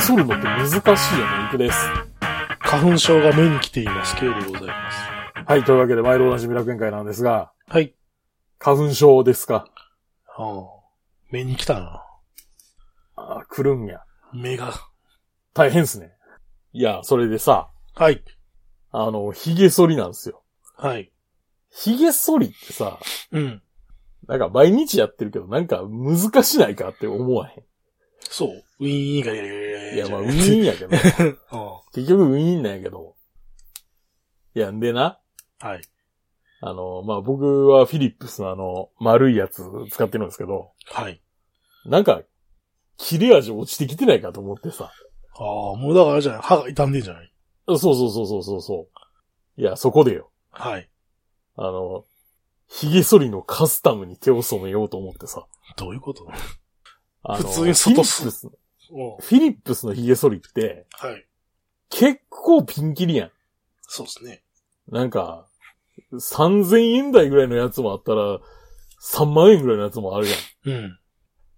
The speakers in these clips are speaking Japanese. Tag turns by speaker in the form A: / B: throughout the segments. A: するのって難しいよね。いくです。
B: 花粉症が目に来ています。K でございます。
A: はい。というわけで、毎度おなじみ楽園会なんですが、
B: はい。
A: 花粉症ですか
B: うん。目に来たな。
A: あー来るんや。
B: 目が。
A: 大変っすね。いや、それでさ、
B: はい。
A: あの、髭剃りなんですよ。
B: はい。
A: 髭剃りってさ、
B: うん。
A: なんか毎日やってるけど、なんか難しないかって思わへ
B: そう。ウィーンが、
A: ん。
B: い
A: いや、 まあ、ウィーンやけど。 結局ウィーンなんやけど。いや、んでな、
B: はい。
A: あの、まあ、僕はフィリップスのあの、丸いやつ使ってるんですけど、
B: はい。
A: なんか、切れ味落ちてきてないかと思ってさ。
B: ああ、もうだからあれじゃない。歯が傷んでんじゃない。
A: そうそうそうそうそうそう。いや、そこでよ。
B: はい。
A: あの、髭剃りのカスタムに手を染めようと思ってさ。
B: どういうこと
A: あの
B: 普通に外
A: フィリップ
B: す
A: スの。
B: お
A: フィリップスの髭剃りって、
B: はい。
A: 結構ピンキリやん。
B: そうですね。
A: なんか、3000円台ぐらいのやつもあったら、3万円ぐらいのやつもあるや
B: うん。
A: ん。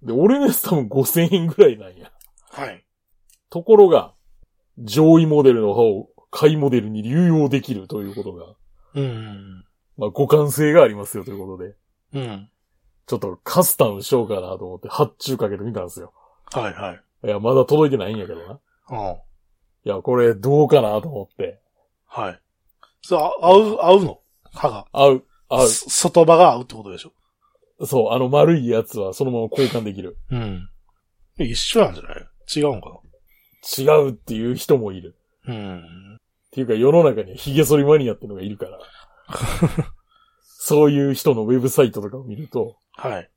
A: で、俺のやつ多分5000円ぐらいなんや。
B: はい。
A: ところが、上位モデルの歯を下位モデルに流用できるということが、
B: うん。
A: まあ、互換性がありますよということで、
B: うん。
A: ちょっとカスタムしようかなと思って発注かけてみたんですよ。
B: はいはい。
A: いや、まだ届いてないんやけどな。
B: うん。
A: いや、これどうかなと思って。
B: はい。そう、あ合う、合うの歯が。
A: 合う、合
B: そ外場が合うってことでしょ
A: う。そう、あの丸いやつはそのまま交換できる。
B: うん。一緒なんじゃない違うんか
A: 違うっていう人もいる。
B: なうん。
A: っていうか世の中には髭剃りマニアってのがいるから。そういう人のウェブサイトとかを見ると、
B: はい。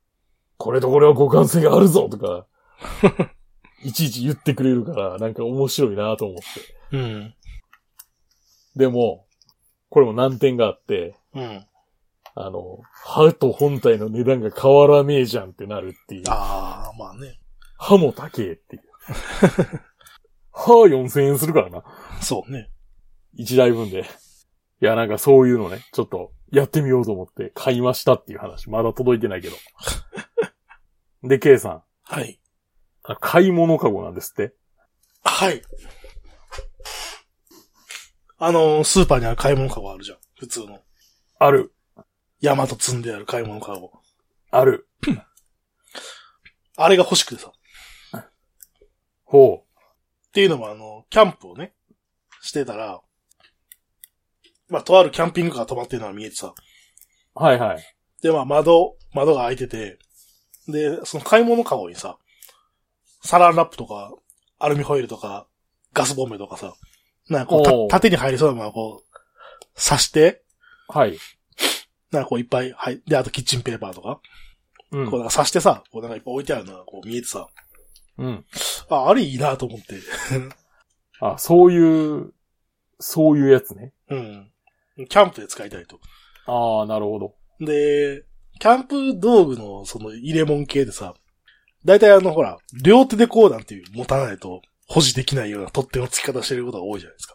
A: これとこれは互換性があるぞとか、いちいち言ってくれるから、なんか面白いなと思って。
B: うん。
A: でも、これも難点があって、
B: うん。
A: あの、歯と本体の値段が変わらねえじゃんってなるっていう。
B: ああ、まあね。
A: 歯も高えっていう。歯4000円するからな。
B: そうね。
A: 一台分で。いや、なんかそういうのね、ちょっとやってみようと思って買いましたっていう話。まだ届いてないけど。で、K さん
B: はい。
A: あ。買い物カゴなんですって。
B: はい。あのースーパーにある買い物カゴあるじゃん。普通の。
A: ある。
B: 山と積んである買い物カゴ。
A: ある。
B: あれが欲しくてさ。っ
A: ほ
B: ていうのもあの、キャンプをね、してたら、まあ、とあるキャンピングカーが止まってるのが見えてさ。
A: う。はいはい。
B: で、まあ、窓、窓が開いてて、で、その買い物カゴにさ、サランラップとか、アルミホイルとか、ガスボンベとかさ、なんかこ
A: お
B: う
A: う
B: た、縦に入りそうなものをこう、刺して、
A: はい。
B: なんかこういっぱい入って、で、あとキッチンペーパーとか、
A: う。
B: こうんなんか刺してさ、こうなんかいっぱい置いてあるのがこう見えてさ、
A: うん。
B: あ、あれいいなと思って。
A: あ、そういう、そういうやつね。
B: うん。キャンプで使いたいと。
A: ああ、なるほど。
B: で、キャンプ道具のその入れ物系でさ、だいたいあのほら、両手でこうなんていう持たないと保持できないような取っ手の付き方してることが多いじゃないですか。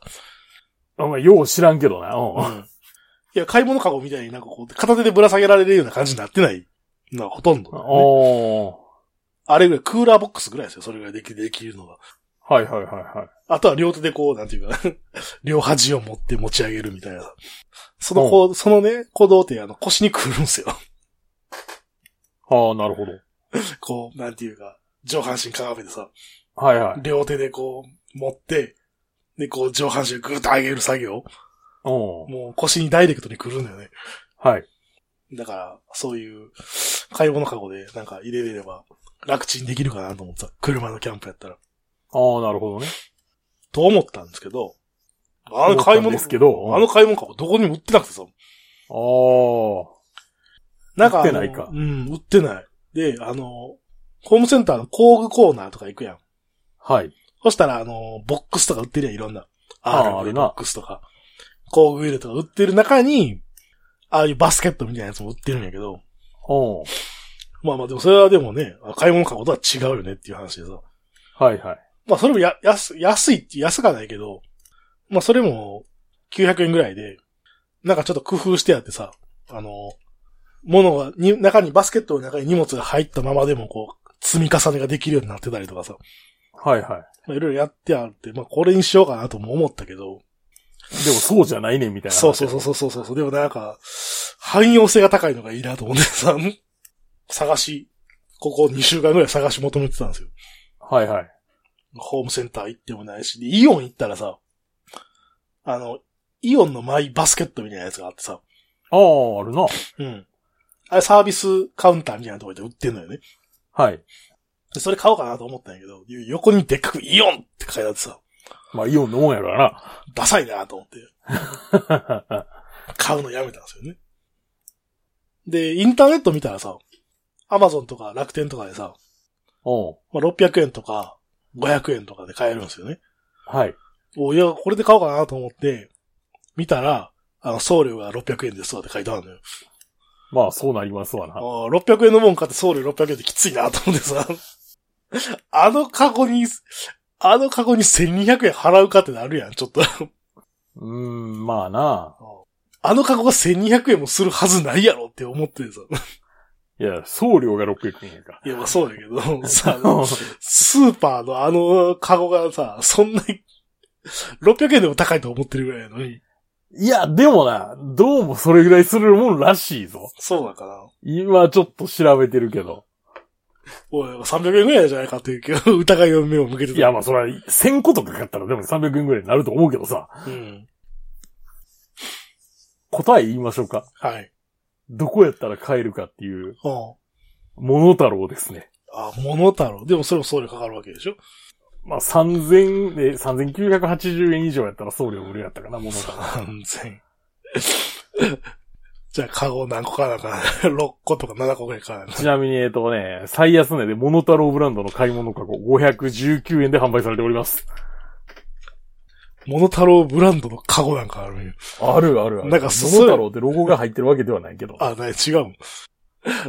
A: あまあ、よう知らんけどな。
B: う
A: うん。
B: ん。いや、買い物カゴみたいになんかこう、片手でぶら下げられるような感じになってないのがほとんど、ね。
A: おー。
B: あれぐらい、クーラーボックスぐらいですよ。それぐらいできできるのが。
A: はいはいはいはい。
B: あとは両手でこう、なん ていうか、両端を持って持ち上げるみたいな。そのこう、そのね、行動ってあの腰にくるんですよ。
A: ああ、なるほど。
B: こう、なんていうか、上半身かがめてさ、
A: はいはい。
B: 両手でこう、持って、で、こう、上半身をぐーっと上げる作業。
A: おー。
B: もう腰にダイレクトにくるんだよね。
A: はい。
B: だから、そういう、買い物カゴでなんか入れれれば、楽ちんできるかなと思ってた。車のキャンプやったら。
A: ああ、なるほどね。
B: と思ったんですけど、あの買い
A: 思ったん
B: 物、
A: ですけど。うん
B: あの買い物カゴどこにも売ってなくてさ、
A: ああ。
B: なんかあの、
A: 売ってないか
B: うん、売ってない。で、あの、ホームセンターの工具コーナーとか行くやん。
A: はい。
B: そしたら、あの、ボックスとか売ってるやん、いろんな。
A: あー
B: RV
A: ある
B: ボ
A: な
B: ックスとか、工具入れとか売ってる中に、ああいうバスケットみたいなやつも売ってるんやけど、
A: おん。
B: まあまあでもそれはでもね、買い物カゴとは違うよねっていう話でさ。
A: はいはい。
B: まあそれもや、安、安いって、安がないけど、まあそれも900円ぐらいで、なんかちょっと工夫してあってさ、あの、物が、に、中に、バスケットの中に荷物が入ったままでもこう、積み重ねができるようになってたりとかさ、
A: はいはい。
B: まあ、いろいろやってあって、まあ、これにしようかなとも思ったけど、
A: でもそうじゃないねんみたいな。
B: そうそうそうそうそうそう。でもなんか、汎用性が高いのがいいなと思ってさ、探し、ここ2週間ぐらい探し求めてたんですよ。
A: はいはい。
B: ホームセンター行ってもないし、でイオン行ったらさ、あの、イオンのマイバスケットみたいなやつがあってさ、
A: ああ、あるな。
B: うん。あれサービスカウンターみたいなところで売ってんのよね。
A: はい。
B: で、それ買おうかなと思ったんやけど、横にでっかくイオンって書いてあってさ、
A: まあ、イオンのもんやか
B: ダサいなと思って、
A: らな。
B: 買うのやめたんですよね。で、インターネット見たらさ、アマゾンとか楽天とかでさ、
A: うん。
B: まあ、600円とか500円とかで買えるんですよね。
A: はい。
B: おいや、これで買おうかなと思って、見たら、あの、送料が600円ですわって書いてあるのよ。
A: まあ、そうなりますわな。
B: あー600円のもん買って送料600円ってきついなと思ってさ、 あのカゴに、あのカゴに1200円払うかってなるやん、ちょっと。
A: うーん、まあな。
B: あのカゴが1200円もするはずないやろって思ってさ。
A: いや、送料が600円やか
B: いや、まあそうだけ ど、さ、
A: ら。
B: スーパーのあのカゴがさ、そんなに、600円でも高いと思ってるぐらいなのに。
A: いや、でもな、どうもそれぐらいするもんらしいぞ。
B: そうだから。
A: 今ちょっと調べてるけど。
B: おい、300円ぐらいじゃないかっていう疑いの目を向けてた。
A: いや、まあそれは1000個とか買ったらでも300円ぐらいになると思うけどさ。
B: うん。
A: 答え言いましょうか。
B: はい。
A: どこやったら買えるかっていう、
B: うん。
A: モノタロウですね。
B: あ、物太郎。でもそれも送料かかるわけでしょ
A: まあ3000、え、3980円以上やったら送料無料やったかな、モノタロ
B: 完全。 じゃあ、カゴ何個かなんか、6個とか7個ぐらいかな
A: ウ。。 ちなみに、えっとね、最安値でモノタロウブランドの買い物カゴ519円で販売されております。
B: モノタロウブランドのカゴなんかあるんよ。
A: あるあるある。
B: なんか
A: モ
B: そう
A: ノタロウってロゴが入ってるわけではないけど。
B: あ、ない、違うもん。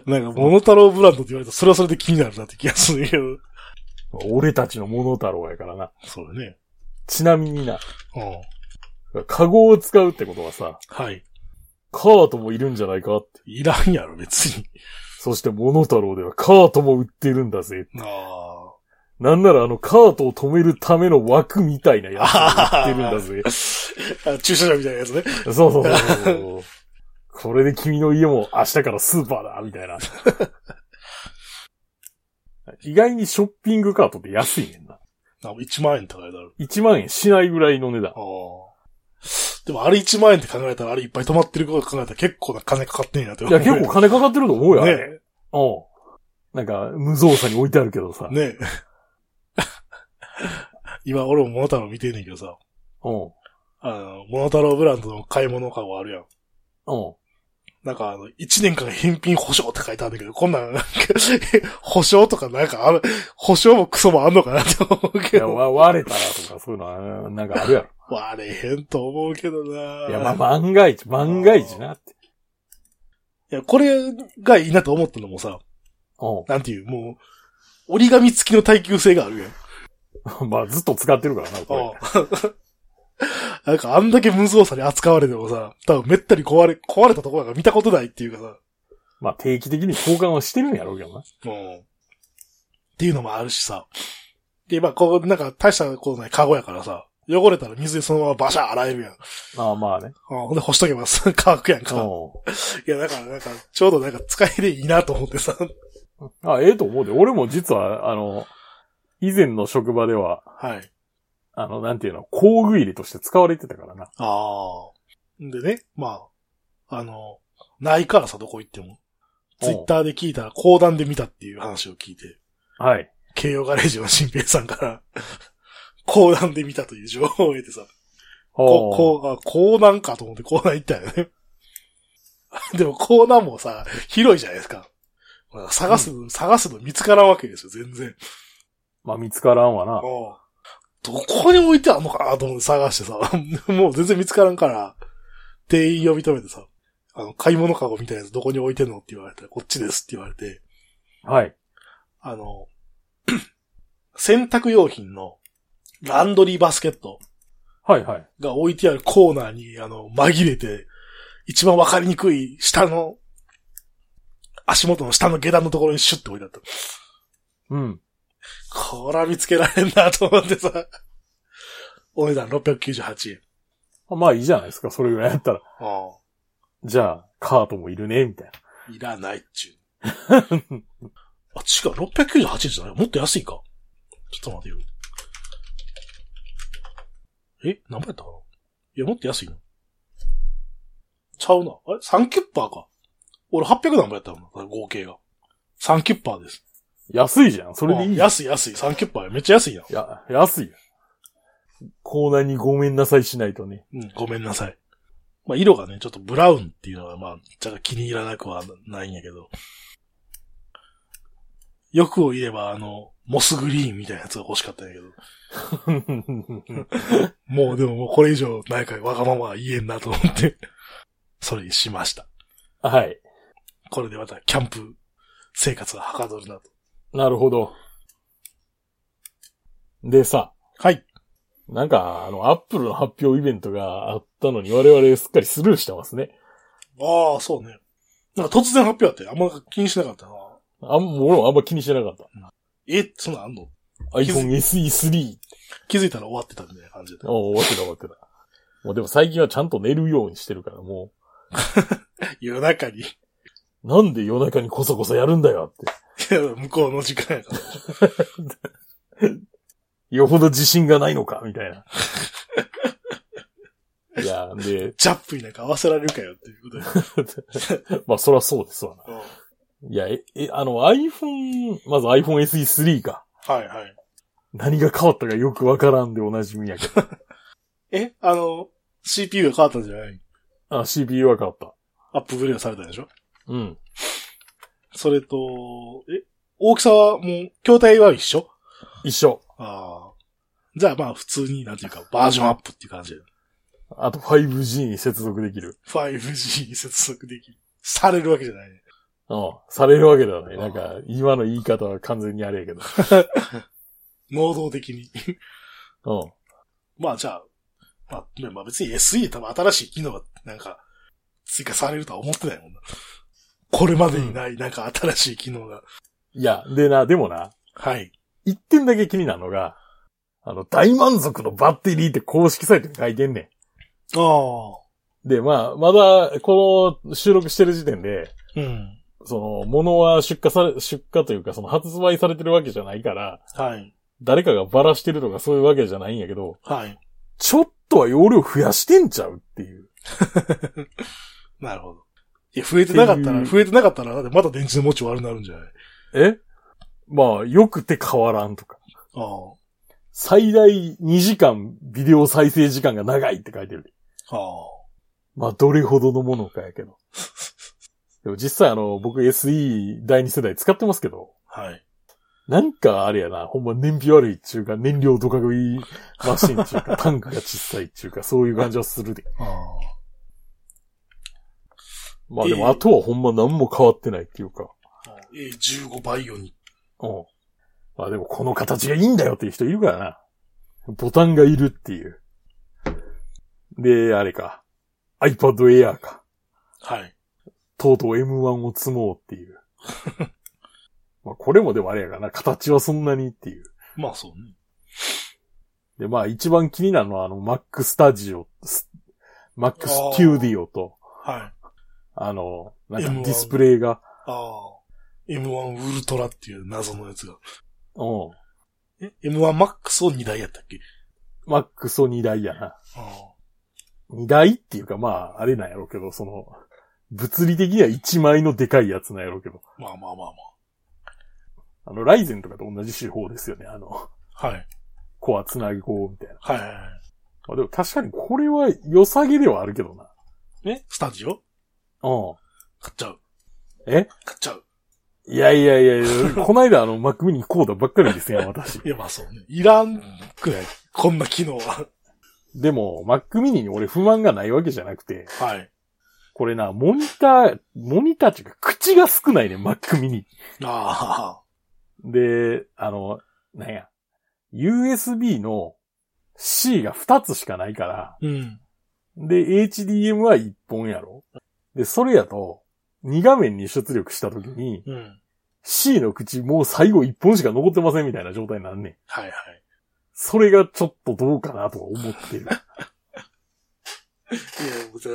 B: なんか、モノタロウブランドって言われたら、それはそれで気になるなって気がするけど。
A: 俺たちのモノタロウやからな。
B: そうだね。
A: ちなみにな、
B: うん。
A: カゴを使うってことはさ、
B: はい。
A: カートもいるんじゃないかって。
B: いらんやろ、別に。
A: そしてモノタロウではカートも売ってるんだぜ。
B: あ
A: なんならあのカートを止めるための枠みたいなやつも売ってるんだぜ。
B: あ。駐車場みたいなやつね。
A: そうそうそうそう。これで君の家も明日からスーパーだ、みたいな。意外にショッピングカートって安いねんな。
B: あ1万円って書いてある。
A: 1万円しないぐらいの値段
B: あ。あ。でも、あれ1万円って考えたら、あれいっぱい止まってること考えたら結構な金かかってんやって
A: いや、結構金かかってると思うよ。あれ
B: ね
A: うん。なんか、無造作に置いてあるけどさ。
B: ねえ。 今、俺もモノタロウ見てんねんけどさ、
A: うん。うん。
B: あの、モノタロウブランドの買い物カゴあるやん。なんかあの、1年間返品保証って書いてあるんだけど、こんなん、なんか 保証とかなんかある、保証もクソもあんのかなって思う
A: い
B: け
A: や、
B: ど、
A: わ割れたらとか、そういうのは、なんかあるや
B: 割れへんと思うけどな
A: ろ。いや、まあ、万が一、万が一なって。
B: いやこれがいいなと思ったのもさ、
A: う
B: なんていう、もう、折り紙付きの耐久性があるやん。
A: ん。 まあ、ずっと使ってるからな、これ。
B: うんなんかあ んだけ無造作に扱われてもさ、多分めったに壊れ、壊れたところなんか見たことないっていうかさ、
A: まあ、定期的に交換はしてるんやろうけどな。
B: うん。っていうのもあるしさ。で、まあ、こう、なんか大したことないカゴやからさ、汚れたら水でそのままバシャー洗えるやん。うん
A: まあまあね。
B: ほんで干しとけば さ、乾くやん
A: う
B: か。いや、だからなんか、ちょうどなんか使いでいいなと思ってさ。
A: ん。あ、ええと思うで。俺も実は、あの、以前の職場では、
B: はい。
A: あの、なんていうの、工具入れとして使われてたからな。
B: ああ。んでね、まあ、あの、ないからさ、どこ行っても。
A: うん
B: ツイッターで聞いたら、講談で見たっていう話を聞いて。
A: はい。
B: 慶応ガレージの新平さんから、 講談で見たという情報を得てさ、こ
A: ほう
B: こう、あ講談かと思って講談行ったよね。 でも講談もさ、広いじゃないですか。まあ探すの、探すの見つからんわけですよ、全然。
A: まあ、見つからんわな。
B: もうどこに置いてあんのかなと思って探してさ、 もう全然見つからんから、店員呼び止めてさ、あの、買い物カゴみたいなやつどこに置いてんのって言われたら、こっちですって言われて、
A: はい。
B: あの、 洗濯用品のランドリーバスケット
A: はいはい。
B: が置いてあるコーナーに、あの、紛れて、一番わかりにくい下の、足元の下の下段のところにシュッて置いてあった。
A: うん。
B: こら見つけられんなと思ってさ。お値段698円。
A: あまあいいじゃないですか、それぐらいやったら。
B: う
A: じゃあ、カートもいるね、みたい
B: ん。いらないっちゅう。 あ、違う、698円じゃないもっと安いか。ちょっと待てよ。え何倍やったかないや、もっと安いの。ちゃうな。あれ ?3 キュッパーか。俺800何倍やったもんな、合計が。3キュッパーです。
A: な。安いじゃん、それでいい
B: あ
A: じゃん。
B: 安い安い、3キュッパーやめっちゃ安いやん。
A: や、安いよ。コーナーにごめんなさいしないとね。
B: うん、ごめんなさい。まあ、色がね、ちょっとブラウンっていうのが、まあ、若干気に入らなくはないんやけど。欲を言えば、あの、モスグリーンみたいなやつが欲しかったんやけど。もう、でももうこれ以上、ないかわがままは言えんなと思って、それにしました。
A: はい。
B: これでまた、キャンプ生活がはかどるなと。
A: なるほど。でさ、
B: はい。
A: なんか、あの、アップルの発表イベントがあったのに我々すっかりスルーしてますね。
B: ああ、そうね。なんか突然発表あって、あんま気にしなかったな。
A: あん、俺もあんま気にしてなかった。
B: え、そんなんあんの
A: iPhone SE3。
B: 気づいたら終わってたみたいな感じで。
A: おお、終わってた終わってた。もうでも最近はちゃんと寝るようにしてるから、も、
B: 夜中 に、いう
A: なんで夜中にこそこそやるんだよって。
B: や 向こうの時間やから。
A: よほど自信がないのか、みたいな。いや、で、
B: ジャップになんか合わせられるかよっていうことで。
A: まあそらそうですわな。
B: うん
A: いや、え、え、あの iPhone、まず iPhone SE3 か。
B: はいはい。
A: 何が変わったかよくわからんでおなじみやけど。
B: え、あの、CPU が変わったんじゃない
A: あ、CPU は変わった。
B: アップグレードされたんでしょ
A: うん。
B: それと、え、大きさはもう、筐体は一緒
A: 一緒。
B: ああ。じゃあまあ普通になんていうか、バージョンアップっていう感じで。
A: あと 5G に接続できる。
B: 5G に接続できる。されるわけじゃないね。
A: うん。されるわけだね。なんか、今の言い方は完全にあれやけど。
B: 能動的に。
A: うん。
B: まあじゃあ、まあ、ねまあ別に SE 多分新しい機能がなんか追加されるとは思ってないもんな。これまでにないなんか新しい機能が。
A: いや、でな、でもな、
B: はい。
A: 一点だけ気になるのが、あの、大満足のバッテリーって公式サイトに書いてんね
B: あ
A: ん。
B: あ。
A: で、まあ、まだ、この収録してる時点で、
B: うん。
A: その、物は出荷され、出荷というか、その発売されてるわけじゃないから、
B: はい。
A: 誰かがバラしてるとかそういうわけじゃないんやけど、
B: はい。
A: ちょっとは容量増やしてんちゃうっていう。
B: なるほど。いや、増えてなかった
A: ってい
B: ら、
A: う
B: 増えてなかったら、だってまだ電池の持ち悪くなるんじゃない
A: えまあ、良くて変わらんとか。
B: ああ。
A: 最大2時間ビデオ再生時間が長いって書いてる。
B: あ
A: まあ、どれほどのものかやけど。 でも実際あの、僕 SE 第二世代使ってますけど、
B: あ。はい。
A: なんかあれやな、ほんま燃費悪いっちゅうか、燃料ドカ食いマシンっちゅうか、タンクが小さいっちゅうか、そういう感じはするで。
B: あ
A: まあ
B: ええ
A: でも、あとはほんま何も変わってないっていうか。
B: あ。え、15倍よに。
A: うん。まあでも、この形がいいんだよっていう人いるからな。ボタンがいるっていう。で、あれか。iPad Air か。
B: はい。
A: とうとう M1 を積もうって いう。まあこれもでもあれやからな、形はそんなにっていう。
B: まあそうね。
A: で、まあ一番気になるのはあの Mac Studio、ス Mac
B: あー
A: Studio と、
B: はい。
A: あの、なんか
B: M1
A: ディスプレイが、
B: ああ。M1 ウルトラっていう謎のやつが。
A: うん。
B: え ?M1 Max を2台やったっけ
A: Mac を2台やな。
B: あ
A: 2台っていうかまああれなんやろうけど、その、物理的には1枚のでかいやつなんやろうけど。
B: あ。まあまあまあま
A: あの、ライゼンとかと同じ手法ですよね。あの、
B: あ。はい。
A: コアつなぎこうみたいな。
B: はいはいは
A: まあでも確かにこれは良さげではあるけどな。
B: い。えスタジオ
A: うん。
B: 買っちゃう。
A: え
B: 買っちゃう。
A: いやいやいやいや、こないだあの、マックミニこうだばっかりですよ、私
B: い。やまあそうね。いらんくらい。こんな機能は。
A: でも、マックミニに俺不満がないわけじゃなくて、
B: はい。
A: これな、モニター、モニターっていうか、口が少ないね、マックミニ。
B: あ
A: で、あの、なんや、USB の C が2つしかないから、
B: あ。うん。
A: で、HDM は1本やろ。で、それやと、2画面に出力した時に、
B: うん。
A: C の口もう最後一本しか残ってませんみたいな状態になんねん。
B: はいはい。
A: それがちょっとどうかなとは思ってる。
B: いや、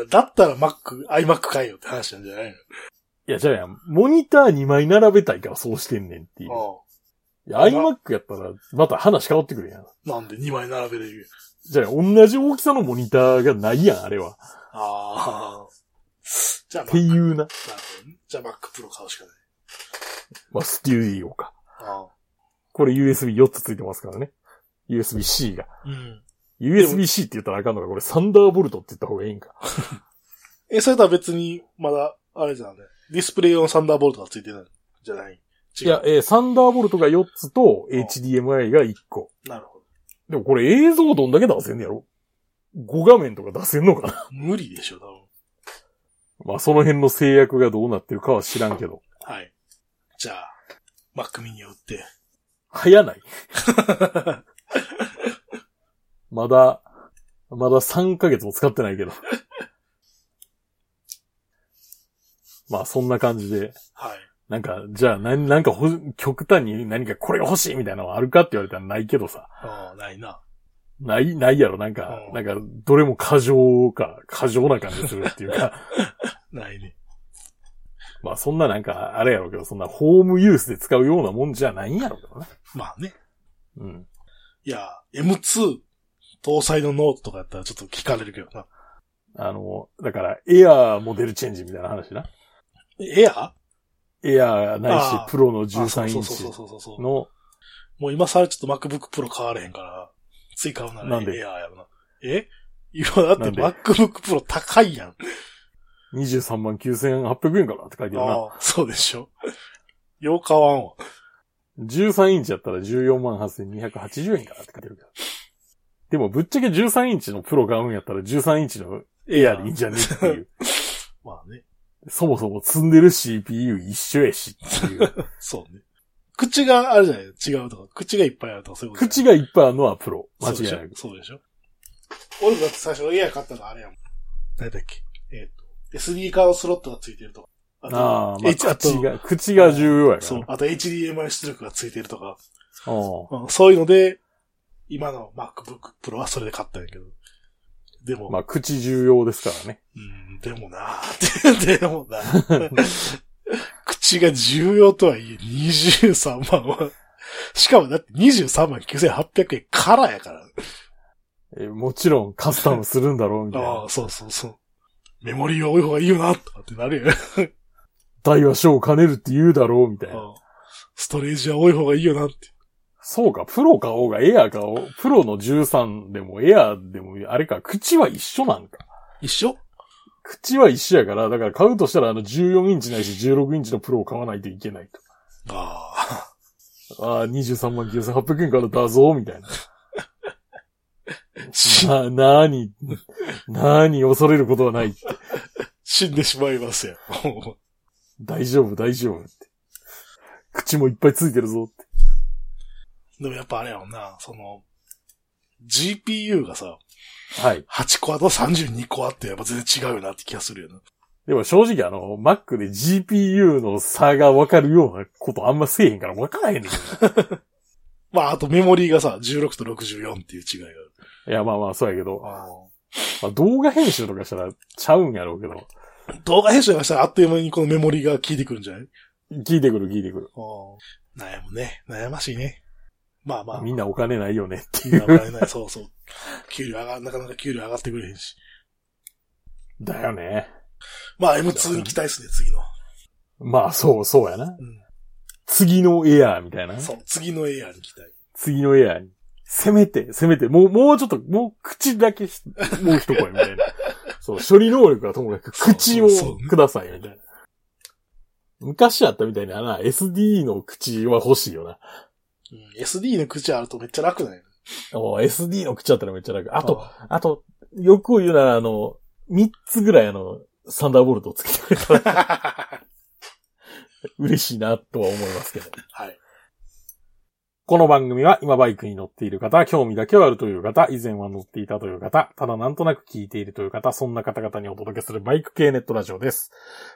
B: だったら Mac、iMac 買えよって話なんじゃない
A: いや、じゃあやん、モニター2枚並べたいからそうしてんねんっていう。
B: の
A: いや、iMac やったら、また話変わってくるやん。
B: うん。なんで2枚並べれる
A: じゃあ、同じ大きさのモニターがないやん、あれは。
B: ああ。じゃあ
A: って
B: Mac、なる
A: いうな。
B: ほどねじゃあ Mac Pro 買うしかない。
A: まあ、ステューディオか。
B: あ
A: これ USB4 つついてますからね。USB-C が。
B: あ。うん。
A: USB-C って言ったらあかんのか、これサンダーボルトって言った方がいいんか。
B: え、それとは別に、まだ、あれじゃね。ディスプレイ用のサンダーボルトがついてない。じゃない。違う。
A: いや、えーサンダーボルトが4つと HDMI が1個。
B: なるほど。
A: でもこれ映像どんだけ出せんねやろ ?5 画面とか出せんのかな
B: 無理でしょ、多
A: まあその辺の制約がどうなってるかは知らんけど。
B: 分。はい。じゃあ、Mac mini を売って。
A: 早ない。 まだ、まだ3ヶ月も使ってないけど。まあそんな感じで、
B: はい。
A: なんか、じゃあ、な、なんかほ、極端に何かこれが欲しいみたいなのはあるかって言われたらないけどさ。
B: ああ、ないな。
A: ない、ないやろ、なんか、
B: うん
A: なんか、どれも過剰か、過剰な感じするっていう か、
B: ないね。
A: まあそんななんか、あれやろうけど、そんなホームユースで使うようなもんじゃないんやろうけどな。
B: まあね。
A: うん。
B: いや、M2 搭載のノートとかやったらちょっと聞かれるけどな。
A: あの、だから、エアーモデルチェンジみたいな話な。
B: エア
A: エアーないし
B: あ、ー
A: プロの
B: あそう
A: 13イ
B: そ
A: ン
B: うそう
A: チ
B: そうそうそう。
A: の、
B: もう今更ちょっと MacBook Pro 買われへんから、つい買うな
A: な
B: ら
A: んで
B: エアーやろな。え今だって
A: なんで
B: MacBook Pro 高いやん。
A: 23万9800円かなって書いてるな。
B: ああそうでしょ。よう買わんわ。
A: 13インチやったら14万8280円かなって書いてるけど。でも、ぶっちゃけ13インチのプロ買うんやったら13インチのエアーでいいんじゃねえっていう。
B: まあね。
A: そもそも積んでる CPU 一緒やしって いう。
B: そうね。口があるじゃない違うとか。口がいっぱいあるとか、そういうことじ
A: 口
B: ゃ
A: がいっぱいあるのはプロ。間
B: ない
A: 違いなく。
B: そうでしょ。そうでしょ俺だって最初エア買ったのあれやもん。誰だっけえっ、と、SD カードスロットがついてるとか。あと、
A: ああ、まあ、
B: H- あと
A: 口が、口が重要やか
B: そう。あと HDMI 出力がついてるとか。
A: ら。うん
B: うんそういうので、今の MacBook Pro はそれで買ったんやけど。でも、
A: まあ、口重要ですからね。
B: うん、でもなぁ でもなぁ 口が重要とはいえ、23万は。しかもだって23万9800円からやから。
A: えもちろんカスタムするんだろうみたい
B: あ
A: な
B: あ、。そうそうそう。メモリーが多い方がいいよな、とかってなるやん。
A: 大は小を兼ねるって言うだろうみたいな。
B: ストレージは多い方がいいよな、って。
A: そうか、プロ買おうがエア買おう。プロの13でもエアでも、あれか、口は一緒なんか。
B: 一緒
A: 口は一緒やから、だから買うとしたらあの14インチないし16インチのプロを買わないといけない
B: ああ。
A: と。ああ、23万9800円からだぞ、みたい な。
B: 死ん
A: な、なーに、なーに恐れることはないって。
B: 死ん でしまいますよ。も
A: 大丈夫、大丈夫って。口もいっぱいついてるぞって。
B: うでもやっぱあれやもんな、その、GPU がさ、
A: はい。
B: 8個あと32個あって、やっぱ全然違うよなって気がするよな。
A: でも正直あの、Mac で GPU の差がわかるようなことあんませえへんからわからへんねんけ
B: まあ、あとメモリーがさ、16と64っていう違いが
A: ど。いや、まあまあ、そうやけど。
B: あ
A: まあ、動画編集とかしたらちゃうんやろうけど。
B: る。動画編集がしたらあっという間にこのメモリーが効いてくるんじゃない
A: 聞いてくる、聞いてくる。
B: 悩むね。悩ましいね。まあまあ、
A: みんなお金ないよねって
B: み
A: い
B: んな
A: う。
B: お金ない。そうそう。給料上が、なかなか給料上がってくれへんし。
A: だよね。
B: まあ、M2 に期待っすね、次の。
A: まあ、そう、そうやな。
B: う。。
A: 次のエアーみたいなん
B: そう、次の AR に期待。
A: 次のエアーに。せめて、せめて、もう、もうちょっと、もう口だけし、もう一声みたいな。そう、処理能力はともかく
B: そう
A: 口を
B: そうそう
A: くださいみたいな。昔あったみたいなな、SD の口は欲しいよな。
B: うん、SD の口あるとめっちゃ楽だよ。
A: おう SD の口あったらめっちゃ楽。あ
B: あ
A: と、、あと、よく言うなら、あの、3つぐらいあの、サンダーボルトをつけてくれたら
B: は
A: 嬉しいなとは思いますけど。
B: い。
A: この番組は今バイクに乗っている方、興味だけはあるという方、以前は乗っていたという方、ただなんとなく聞いているという方、そんな方々にお届けするバイク系ネットラジオです。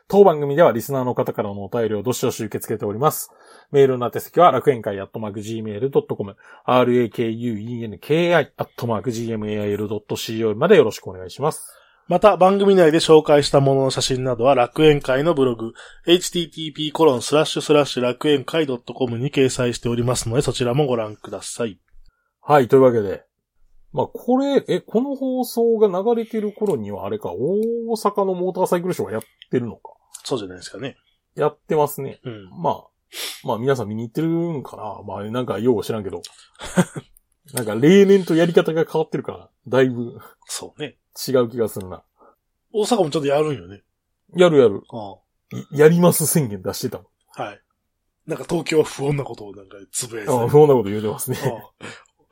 A: 当番組ではリスナーの方からのお便りをどしどし受け付けております。メールの宛先は楽園会アットマーク Gmail.com、rakuenki アットマーク Gmail.co までよろしくお願いします。
B: また、番組内で紹介したものの写真などは楽園会のブログ、http コロンスラッシュスラッシュ楽園会 .com に掲載しておりますので、そちらもご覧ください。
A: はい、というわけで。まあ、これ、え、この放送が流れてる頃にはあれか、大阪のモーターサイクルショーはやってるのか。
B: そうじゃないですかね。
A: やってますね。
B: うん。
A: まあ、まあ皆さん見に行ってるんかな。まあなんかよう知らんけど。なんか例年とやり方が変わってるから、だいぶ
B: そうね。
A: 違う気がするな。
B: 大阪もちょっとやるんよね。
A: やるやる。
B: あ
A: いやります宣言出してたもん。
B: あはい。なんか東京は不穏なことをなんかつぶやいてた
A: あ
B: よ
A: あ、そんなこと言うてますね。
B: あ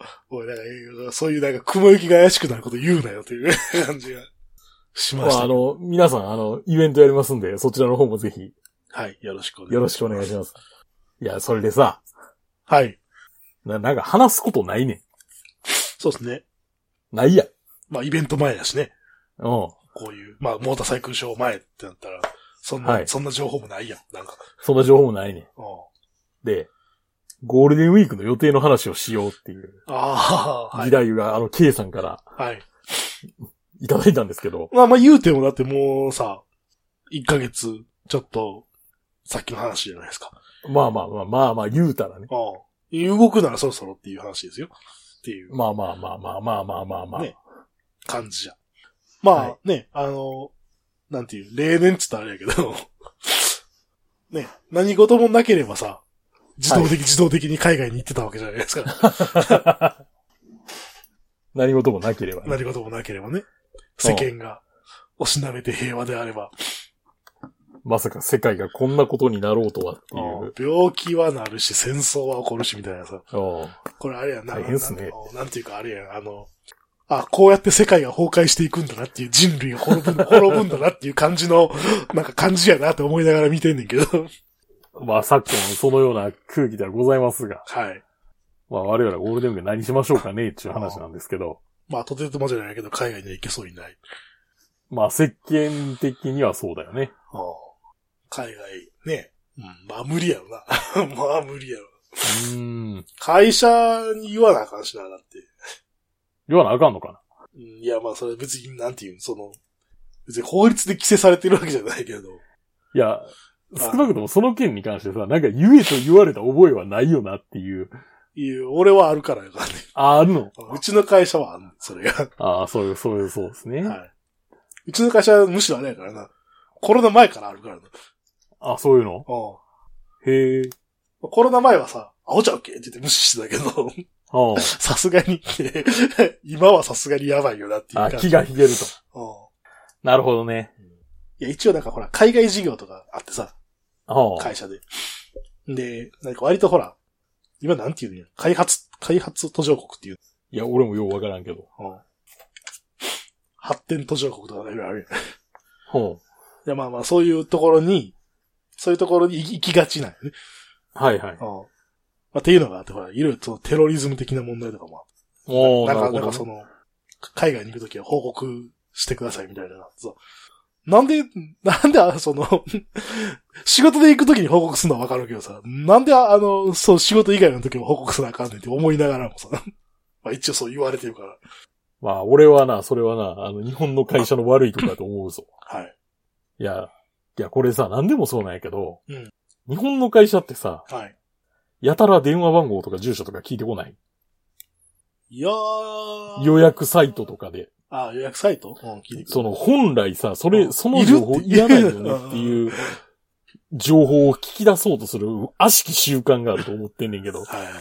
B: あおい、なんか、そういうなんか雲行きが怪しくなること言うなよという 感じがし
A: ま
B: まし
A: ああ
B: た。
A: の、皆さん、あの、イベントやりますんで、そちらの方もぜひ、
B: はい、よろしくお願いします。
A: よろしくお願いします。いや、それでさ、
B: はい。
A: な、なんか話すことないね
B: そうですね。
A: ん。ないやん。
B: まあ、イベント前だしね。
A: うん。
B: こういう、まあ、モーターサイクルショー前ってなったら、そんな、
A: はい
B: そんな情報もないやん。なんか。
A: そんな情報もないねん。
B: うん
A: で、ゴールデンウィークの予定の話をしようっていう、
B: ああ、は
A: 議
B: い。
A: 題が、あの、K さんから
B: はい。
A: いただいたんですけど、
B: まあまあ言うてもだってもうさ、1ヶ月、ちょっと、さっきの話じゃないですか。
A: まあまあまあまあまあ言うたらね。
B: ああ。動くならそろそろっていう話ですよ。っていう
A: まあまあまあまあまあまあまあまあ。
B: ね感じじゃん。まあ、
A: は
B: ね、あの、なんていう、例年っつったらあれやけど、 ね、何事もなければさ、自動的、自動的に海外に行ってたわけじゃないですか。
A: 何事もなければね、
B: 何事もなければね。世間が、おしなべて平和であれば。
A: まさか世界がこんなことになろうとはってい
B: うん
A: う。
B: 病気はなるし、戦争は起こるし、みたいなさ。
A: おう
B: これあれやな。
A: 大変っすね
B: なんなんていうかあれやあの、あ、こうやって世界が崩壊していくんだなっていう、人類が滅ぶん 滅ぶんだなっていう感じの、なんか感じやなって思いながら見てんねんけど。
A: まあ昨今そのような空気ではございますが、
B: はい。
A: まあ我々ゴールデンウィーク何しましょうかねっていう話なんですけど、
B: まあ、とてつもじゃないけど、海外には行けそうにない。
A: まあ世間的にはそうだよね。
B: 海外、ね。うん、まあ、無理やろな。 まあ、無理やろ。
A: うーん。
B: 会社に言わなあかんしな、だって。
A: 言わなあかんのか
B: うん、いや、まあ、それ別に、なんていうん、その、別に法律で規制されてるわけじゃないけど。
A: ないや、少なくともその件に関してさ、なんか言えと言われた覚えはないよなっていう。
B: いや、俺はあるからやからね。
A: あ、あるの
B: うちの会社はあんのそれが。
A: ああ、そういう、そういう、そうですね。
B: はい。うちの会社はむしろあれやからな。コロナ前からあるからな。うん。
A: あそういうの
B: コ
A: へえ。
B: ロナ前はさ、アホちゃうけって言って無視してたけ ど、
A: あ
B: さすがに、 今はさすがにやばいよなっていう
A: あ。
B: 感
A: あ、
B: じ。
A: 気が
B: う
A: 引けると。
B: ん。
A: なるほどね。
B: いや、一応なんかほら、海外事業とかあってさ、
A: ああ。
B: 会社で。で、なんか割とほら、今なんていうのや開発、開発途上国っていう。
A: いや、俺もようわからんけど。
B: うん。発展途上国とかなんかいろいろあるやん
A: ほ
B: いや、まあまあ、そういうところに、そういうところに行き行きがちなんよね。
A: う。はいはい。
B: うん。まあ、っていうのがあって、ほら、いろいろとテロリズム的な問題とかも
A: おー、
B: あって、な
A: なん
B: か、
A: る
B: なん
A: ほ
B: かそ
A: どね。
B: の、海外に行くときは報告してくださいみたいな。そう。なんで、 なんで、あその、 仕事で行くときに報告するのはわかるけどさ、なんで、ああの、そう、仕事以外のときも報告すなあかんねんって思いながらもさ、 まあ一応そう言われてるから、
A: まあ、俺はな、それはな、あの、日本の会社の悪いとこだと思うぞ。
B: はい。
A: いや、いや、これさ、何でもそうなんやけど、
B: うん
A: 日本の会社ってさ、
B: はい。
A: やたら電話番号とか住所とか聞いてこない。
B: いやー。
A: 予約サイトとかで。
B: あ、予約サイトうん、聞いてくる
A: その、本来さ、そうれ、
B: ん
A: その情報
B: いるって
A: いらないよ ねっていう、情報を聞き出そうとする、悪しき習慣があると思ってんねんけど。
B: はいはいはい。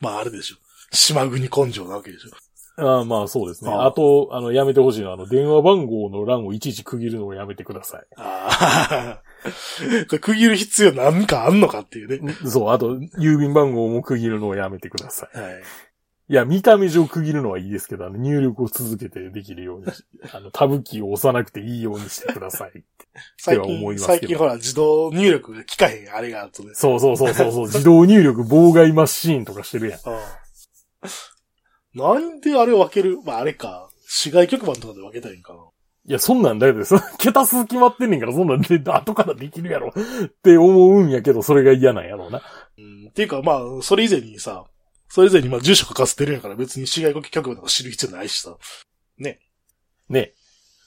B: まあ、あれでしょ。島国根性なわけでしょ。
A: ああまあそうですね。
B: あ
A: あ
B: あ
A: と、あの、やめてほしいのは、あの、電話番号の欄をいちいち区切るのをやめてくだ さい。
B: ああ。 これ区切る必要なんかあんのかっていうね。
A: そう、あと、郵便番号も区切るのをやめてください。
B: はい。
A: いや、見た目上区切るのはいいですけど、あの、入力を続けてできるように し、あの、タブキーを押さなくていいようにしてください。
B: 最
A: では思い
B: 近、
A: ますけど
B: 最近ほら、自動入力が効かへん、あれがあるとです。
A: そうそうそうそうそう、 自動入力妨害マシーンとかしてるやん。
B: うん。なんであれ分けるまあ、あれか。市外局番とかで分けたらいいんかな。
A: いや、そんなんだよ。 その桁数決まってんねんから、そんなんで、後からできるやろ。 って思うんやけど、それが嫌なんやろうな。
B: うん。っていうか、まあ、それ以前にさ、それ以前にまあ、住所書かせてるんやから別に市外局番とか知る必要ないしさ。
A: ね。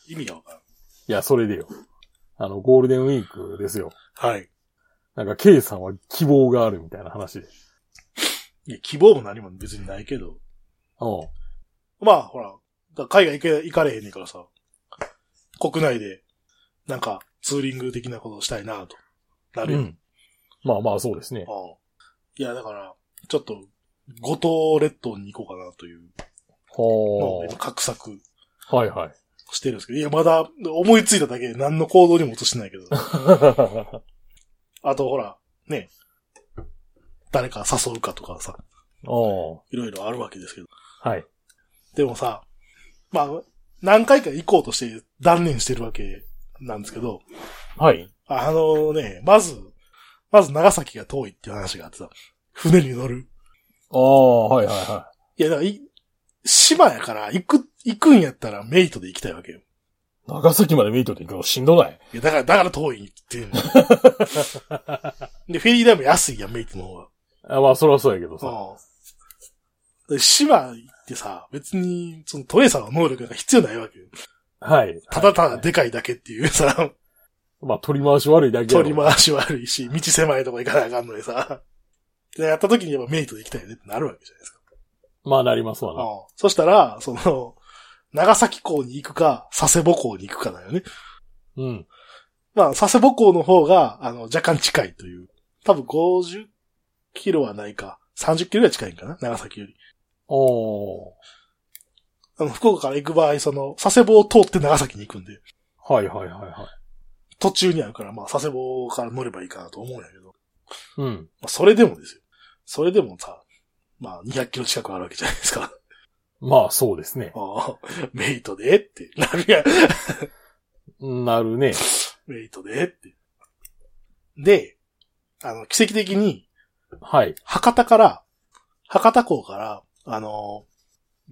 B: 意味がわか
A: いや、それでよ。あの、ゴールデンウィークですよ。
B: らん。はい。
A: なんか、K さんは希望があるみたいな話で。
B: いや、希望も何も別にないけど。
A: うん。
B: まあ、ほら、だ海外行け、行かれへんねんからさ、国内で、なんか、ツーリング的なことをしたいなと、なる
A: う
B: よ、
A: ん。まあまあ、そうですね。
B: ああいや、だから、ちょっと、五島列島に行こうかなというのを
A: は
B: 今、画策
A: あ。はい はい。
B: してるんですけど、いや、まだ、思いついただけで何の行動にも落としてないけど、 あと、ほら、ね、誰か誘うかとかさ、
A: お
B: いろいろあるわけですけど。
A: はい。
B: でもさ、まあ、何回か行こうとして断念してるわけなんですけど、
A: はい。
B: あのね、まず、まず長崎が遠いっていう話があってさ、船に乗る。
A: ああ、はいはいはい
B: や、だからい、島やから、行く、行くんやったらメイトで行きたいわけよ。
A: い。長崎まで見といて行くのしんどない。
B: いや、だから、だから遠いっ ていうの。で、フェリー代も安いやん、メイトの方が。
A: あまあ、そりゃそうやけどさ。
B: うん。で島行ってさ、別に、そのトレーサーの能力が必要ないわけよ。
A: はい。
B: ただた
A: は
B: だ
A: い
B: でかいだけっていうさ、
A: まあ、取り回し悪いだけやろ
B: 取り回し悪いし、道狭いとこ行かなあかんのでさ、でやった時にやっぱメイトで行きたいよねってなるわけじゃないですか。
A: まあ、なりますわな。
B: うんそしたら、その、長崎港に行くか、佐世保港に行くかだよね。
A: うん。
B: まあ、佐世保港の方が、あの、若干近いという。多分50キロはないか。30キロぐらい近いんかな長崎より。
A: おー。
B: あの、福岡から行く場合、その、佐世保を通って長崎に行くんで、
A: はいはいはいはい。
B: 途中にあるから、まあ、佐世保から乗ればいいかなと思うんやけど。
A: うん。
B: まあ、それでもですよ。それでもさ、まあ、200キロ近くあるわけじゃないですか。
A: まあ、そうですね。
B: ああメイトでって、なるやん。
A: なるね。
B: メイトでって。で、あの、奇跡的に、
A: はい。
B: 博多から、博多港から、あの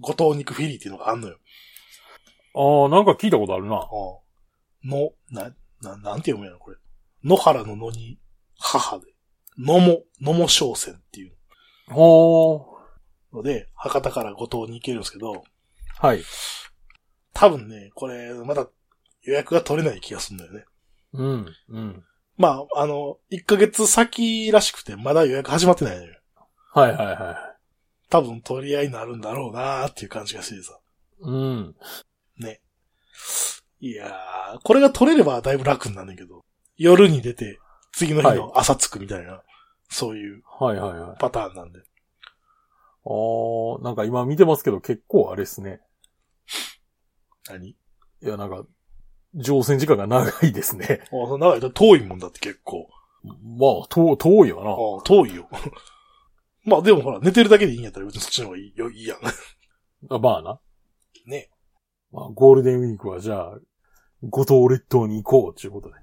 B: ー、五島肉フィリーっていうのがあんのよ。
A: ああ、なんか聞いたことあるな。
B: うんの、な、な、なんて読むんやろ、これ。野原の野に、母で。野も、野も商船っていう
A: ほ
B: ので、博多から五島に行けるんですけど、
A: ー。はい。
B: 多分ね、これ、まだ予約が取れない気がするんだよね。
A: うん。うん。
B: まあ、あの、1ヶ月先らしくて、まだ予約始まってないのよ。
A: はいはいはい。
B: 多分取り合いになるんだろうなーっていう感じがしてさ。
A: うん。
B: いやー、これが取れればだいぶ楽になるんだけど、夜に出て、次の日の朝着くみたいな、そういう
A: はいはいはい。
B: パターンなんで。
A: ああ、なんか今見てますけど結構あれですね。
B: 何
A: いや、なんか、乗船時間が長いですね。
B: あ、その長い間遠いもんだって結構。
A: まあ、遠、遠いよ
B: あ遠いよ。 まあでもほら、寝てるだけでいいんやったら別にそっちの方がいいよ、い いやん。
A: な。あまあな。
B: ね。
A: まあ、ゴールデンウィークはじゃあ、五島列島に行こうということで。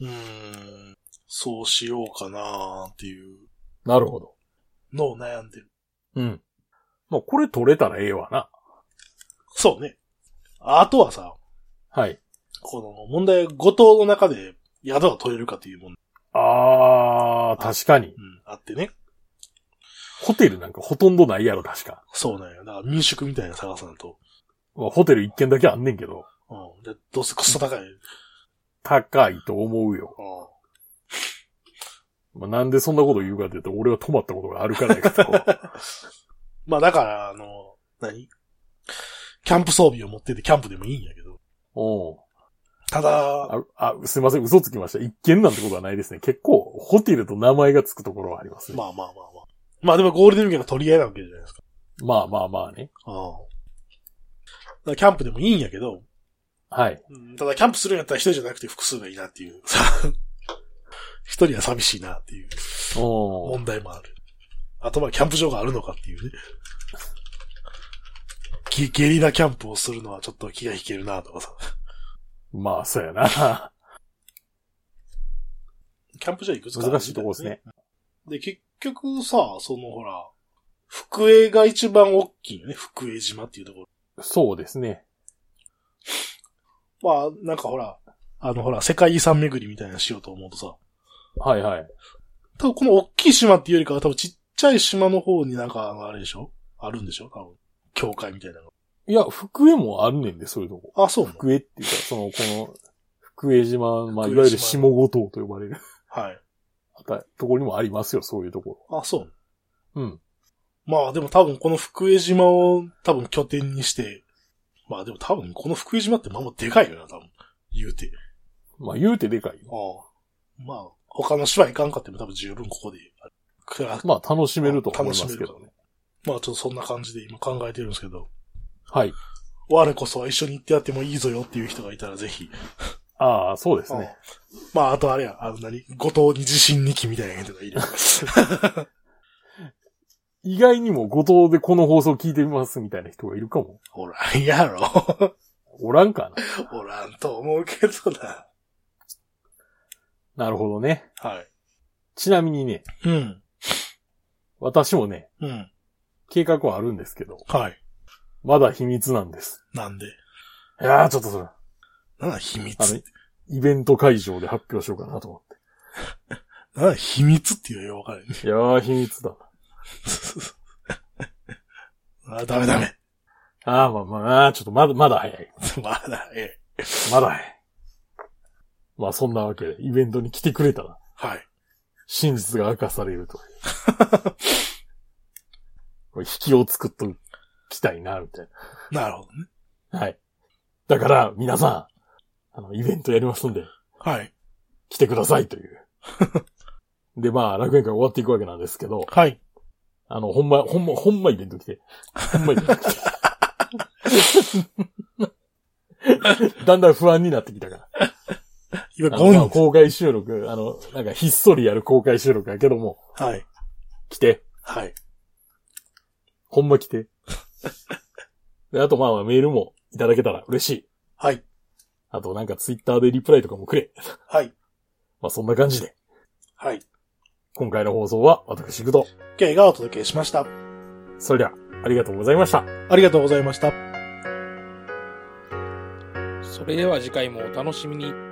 B: うーん、そうしようかなーっていう
A: なるほど。
B: のを悩んでる。
A: うん。まあ、これ取れたらええわな。
B: そうね。あとはさ、
A: はい。
B: この問題、五島の中で宿が取れるかという問題、
A: ああ、確かに。
B: うん、あってね。
A: ホテルなんかほとんどないやろ、確か。
B: そうなんよ。だから民宿みたいなの探さないと。
A: まあ、ホテル一軒だけあんねんけど、
B: うん。で、どうせクソ高い。うん。
A: 高いと思うよ。まあ、なんでそんなこと言うかって言うと、俺は泊まったことがあるからやけ ど。
B: まあだから、あの、何キャンプ装備を持っててキャンプでもいいんやけど。
A: お
B: ただ、
A: ああ、すいません、嘘つきました。一軒なんてことはないですね。結構、ホテルと名前がつくところはありますね。
B: まあまあまあまあ。まあでもゴールデンウィークの取り合いなわけじゃないですか。
A: まあまあまあね。
B: うん。だからキャンプでもいいんやけど、
A: はい。
B: うんただキャンプするんやったら一人じゃなくて複数がいいなっていう。 さ一人は寂しいなっていう
A: おー
B: 問題もある。あとまあキャンプ場があるのかっていうね。ゲゲリラキャンプをするのはちょっと気が引けるなとかさ。
A: まあ、そうや な。
B: キャンプ場いくつかある
A: 難しいとこですね。
B: で、結局さ、そのほら、福江が一番大きいよね。福江島っていうところ。
A: そうですね。
B: まあ、なんかほら、あのほら、世界遺産巡りみたいなのしようと思うとさ、
A: はいはい。
B: 多分この大きい島っていうよりかは多分ちっちゃい島の方になんか、あのあれでしょあるんでしょ多分。教会みたいなの。
A: いや、福江もあるねんで、そういうとこ。
B: あ、そうなの
A: 福江っていうか、その、この、福江島、まあ、いわゆる下五島と呼ばれる
B: はい。
A: あたところにもありますよ、そういうとこ
B: あ、そうなの
A: ろ。うん。
B: まあでも多分この福江島を多分拠点にして、まあでも多分この福江島ってまあもうでかいよな、多分。言うて。
A: まあ、言うてでかいよ。
B: ああ。まあ、他の島行かんかっても多分十分ここで。くら
A: まあ、楽しめるとは思いますけどね。
B: まあちょっとそんな感じで今考えてるんですけど、
A: はい。
B: 我こそは一緒に行ってやってもいいぞよっていう人がいたらぜひ。
A: ああ、そうですね。
B: うんまああとあれや、あの何後藤に自信に気みたいな人 がいる。
A: 意外にも後藤でこの放送聞いてみますみたいな人がいるかも。
B: おらんやろ。
A: おらんか
B: おらんと思うけどな。
A: な。なるほどね。
B: はい。
A: ちなみにね、
B: うん。
A: 私もね、
B: うん。
A: 計画はあるんですけど、
B: はい。
A: まだ秘密なんです。
B: なんで。
A: いやー、ちょっとそれ、あ
B: なんだ秘密
A: の、イベント会場で発表しようかなと思っ
B: なんだ秘密っていうよ、わかる。
A: て。いやー、秘密だ。
B: あ、ダメダメ。
A: ああ、まあまあ、ちょっとまだ、まだ早い。
B: まだ、ええ。
A: まだ早い。まあそんなわけで、イベントに来てくれたら、
B: はい。
A: 真実が明かされるという。 これ引きを作っときたいな、みたい
B: なるほどね。
A: な。はい。だから、皆さん、あの、イベントやりますんで、
B: はい。
A: 来てくださいという。で、まあ、楽園会終わっていくわけなんですけど、
B: はい。
A: あの、ほんま、ほんま、ほんまイベント来て。ほんまイベント来て。だんだん不安になってきたから。
B: 今、
A: あのまあ
B: 5人。
A: 公開収録、あの、なんかひっそりやる公開収録やけども、
B: はい。
A: 来て。
B: はい。
A: ほんま来て。で、あとまあまあメールもいただけたら嬉しい。
B: はい。
A: あとなんかツイッターでリプライとかもくれ。
B: はい。
A: まあそんな感じで、
B: はい。
A: 今回の放送は私行くと。
B: ゲイがお届けしました。
A: それでは、ありがとうございました。
B: ありがとうございました。
C: それでは次回もお楽しみに。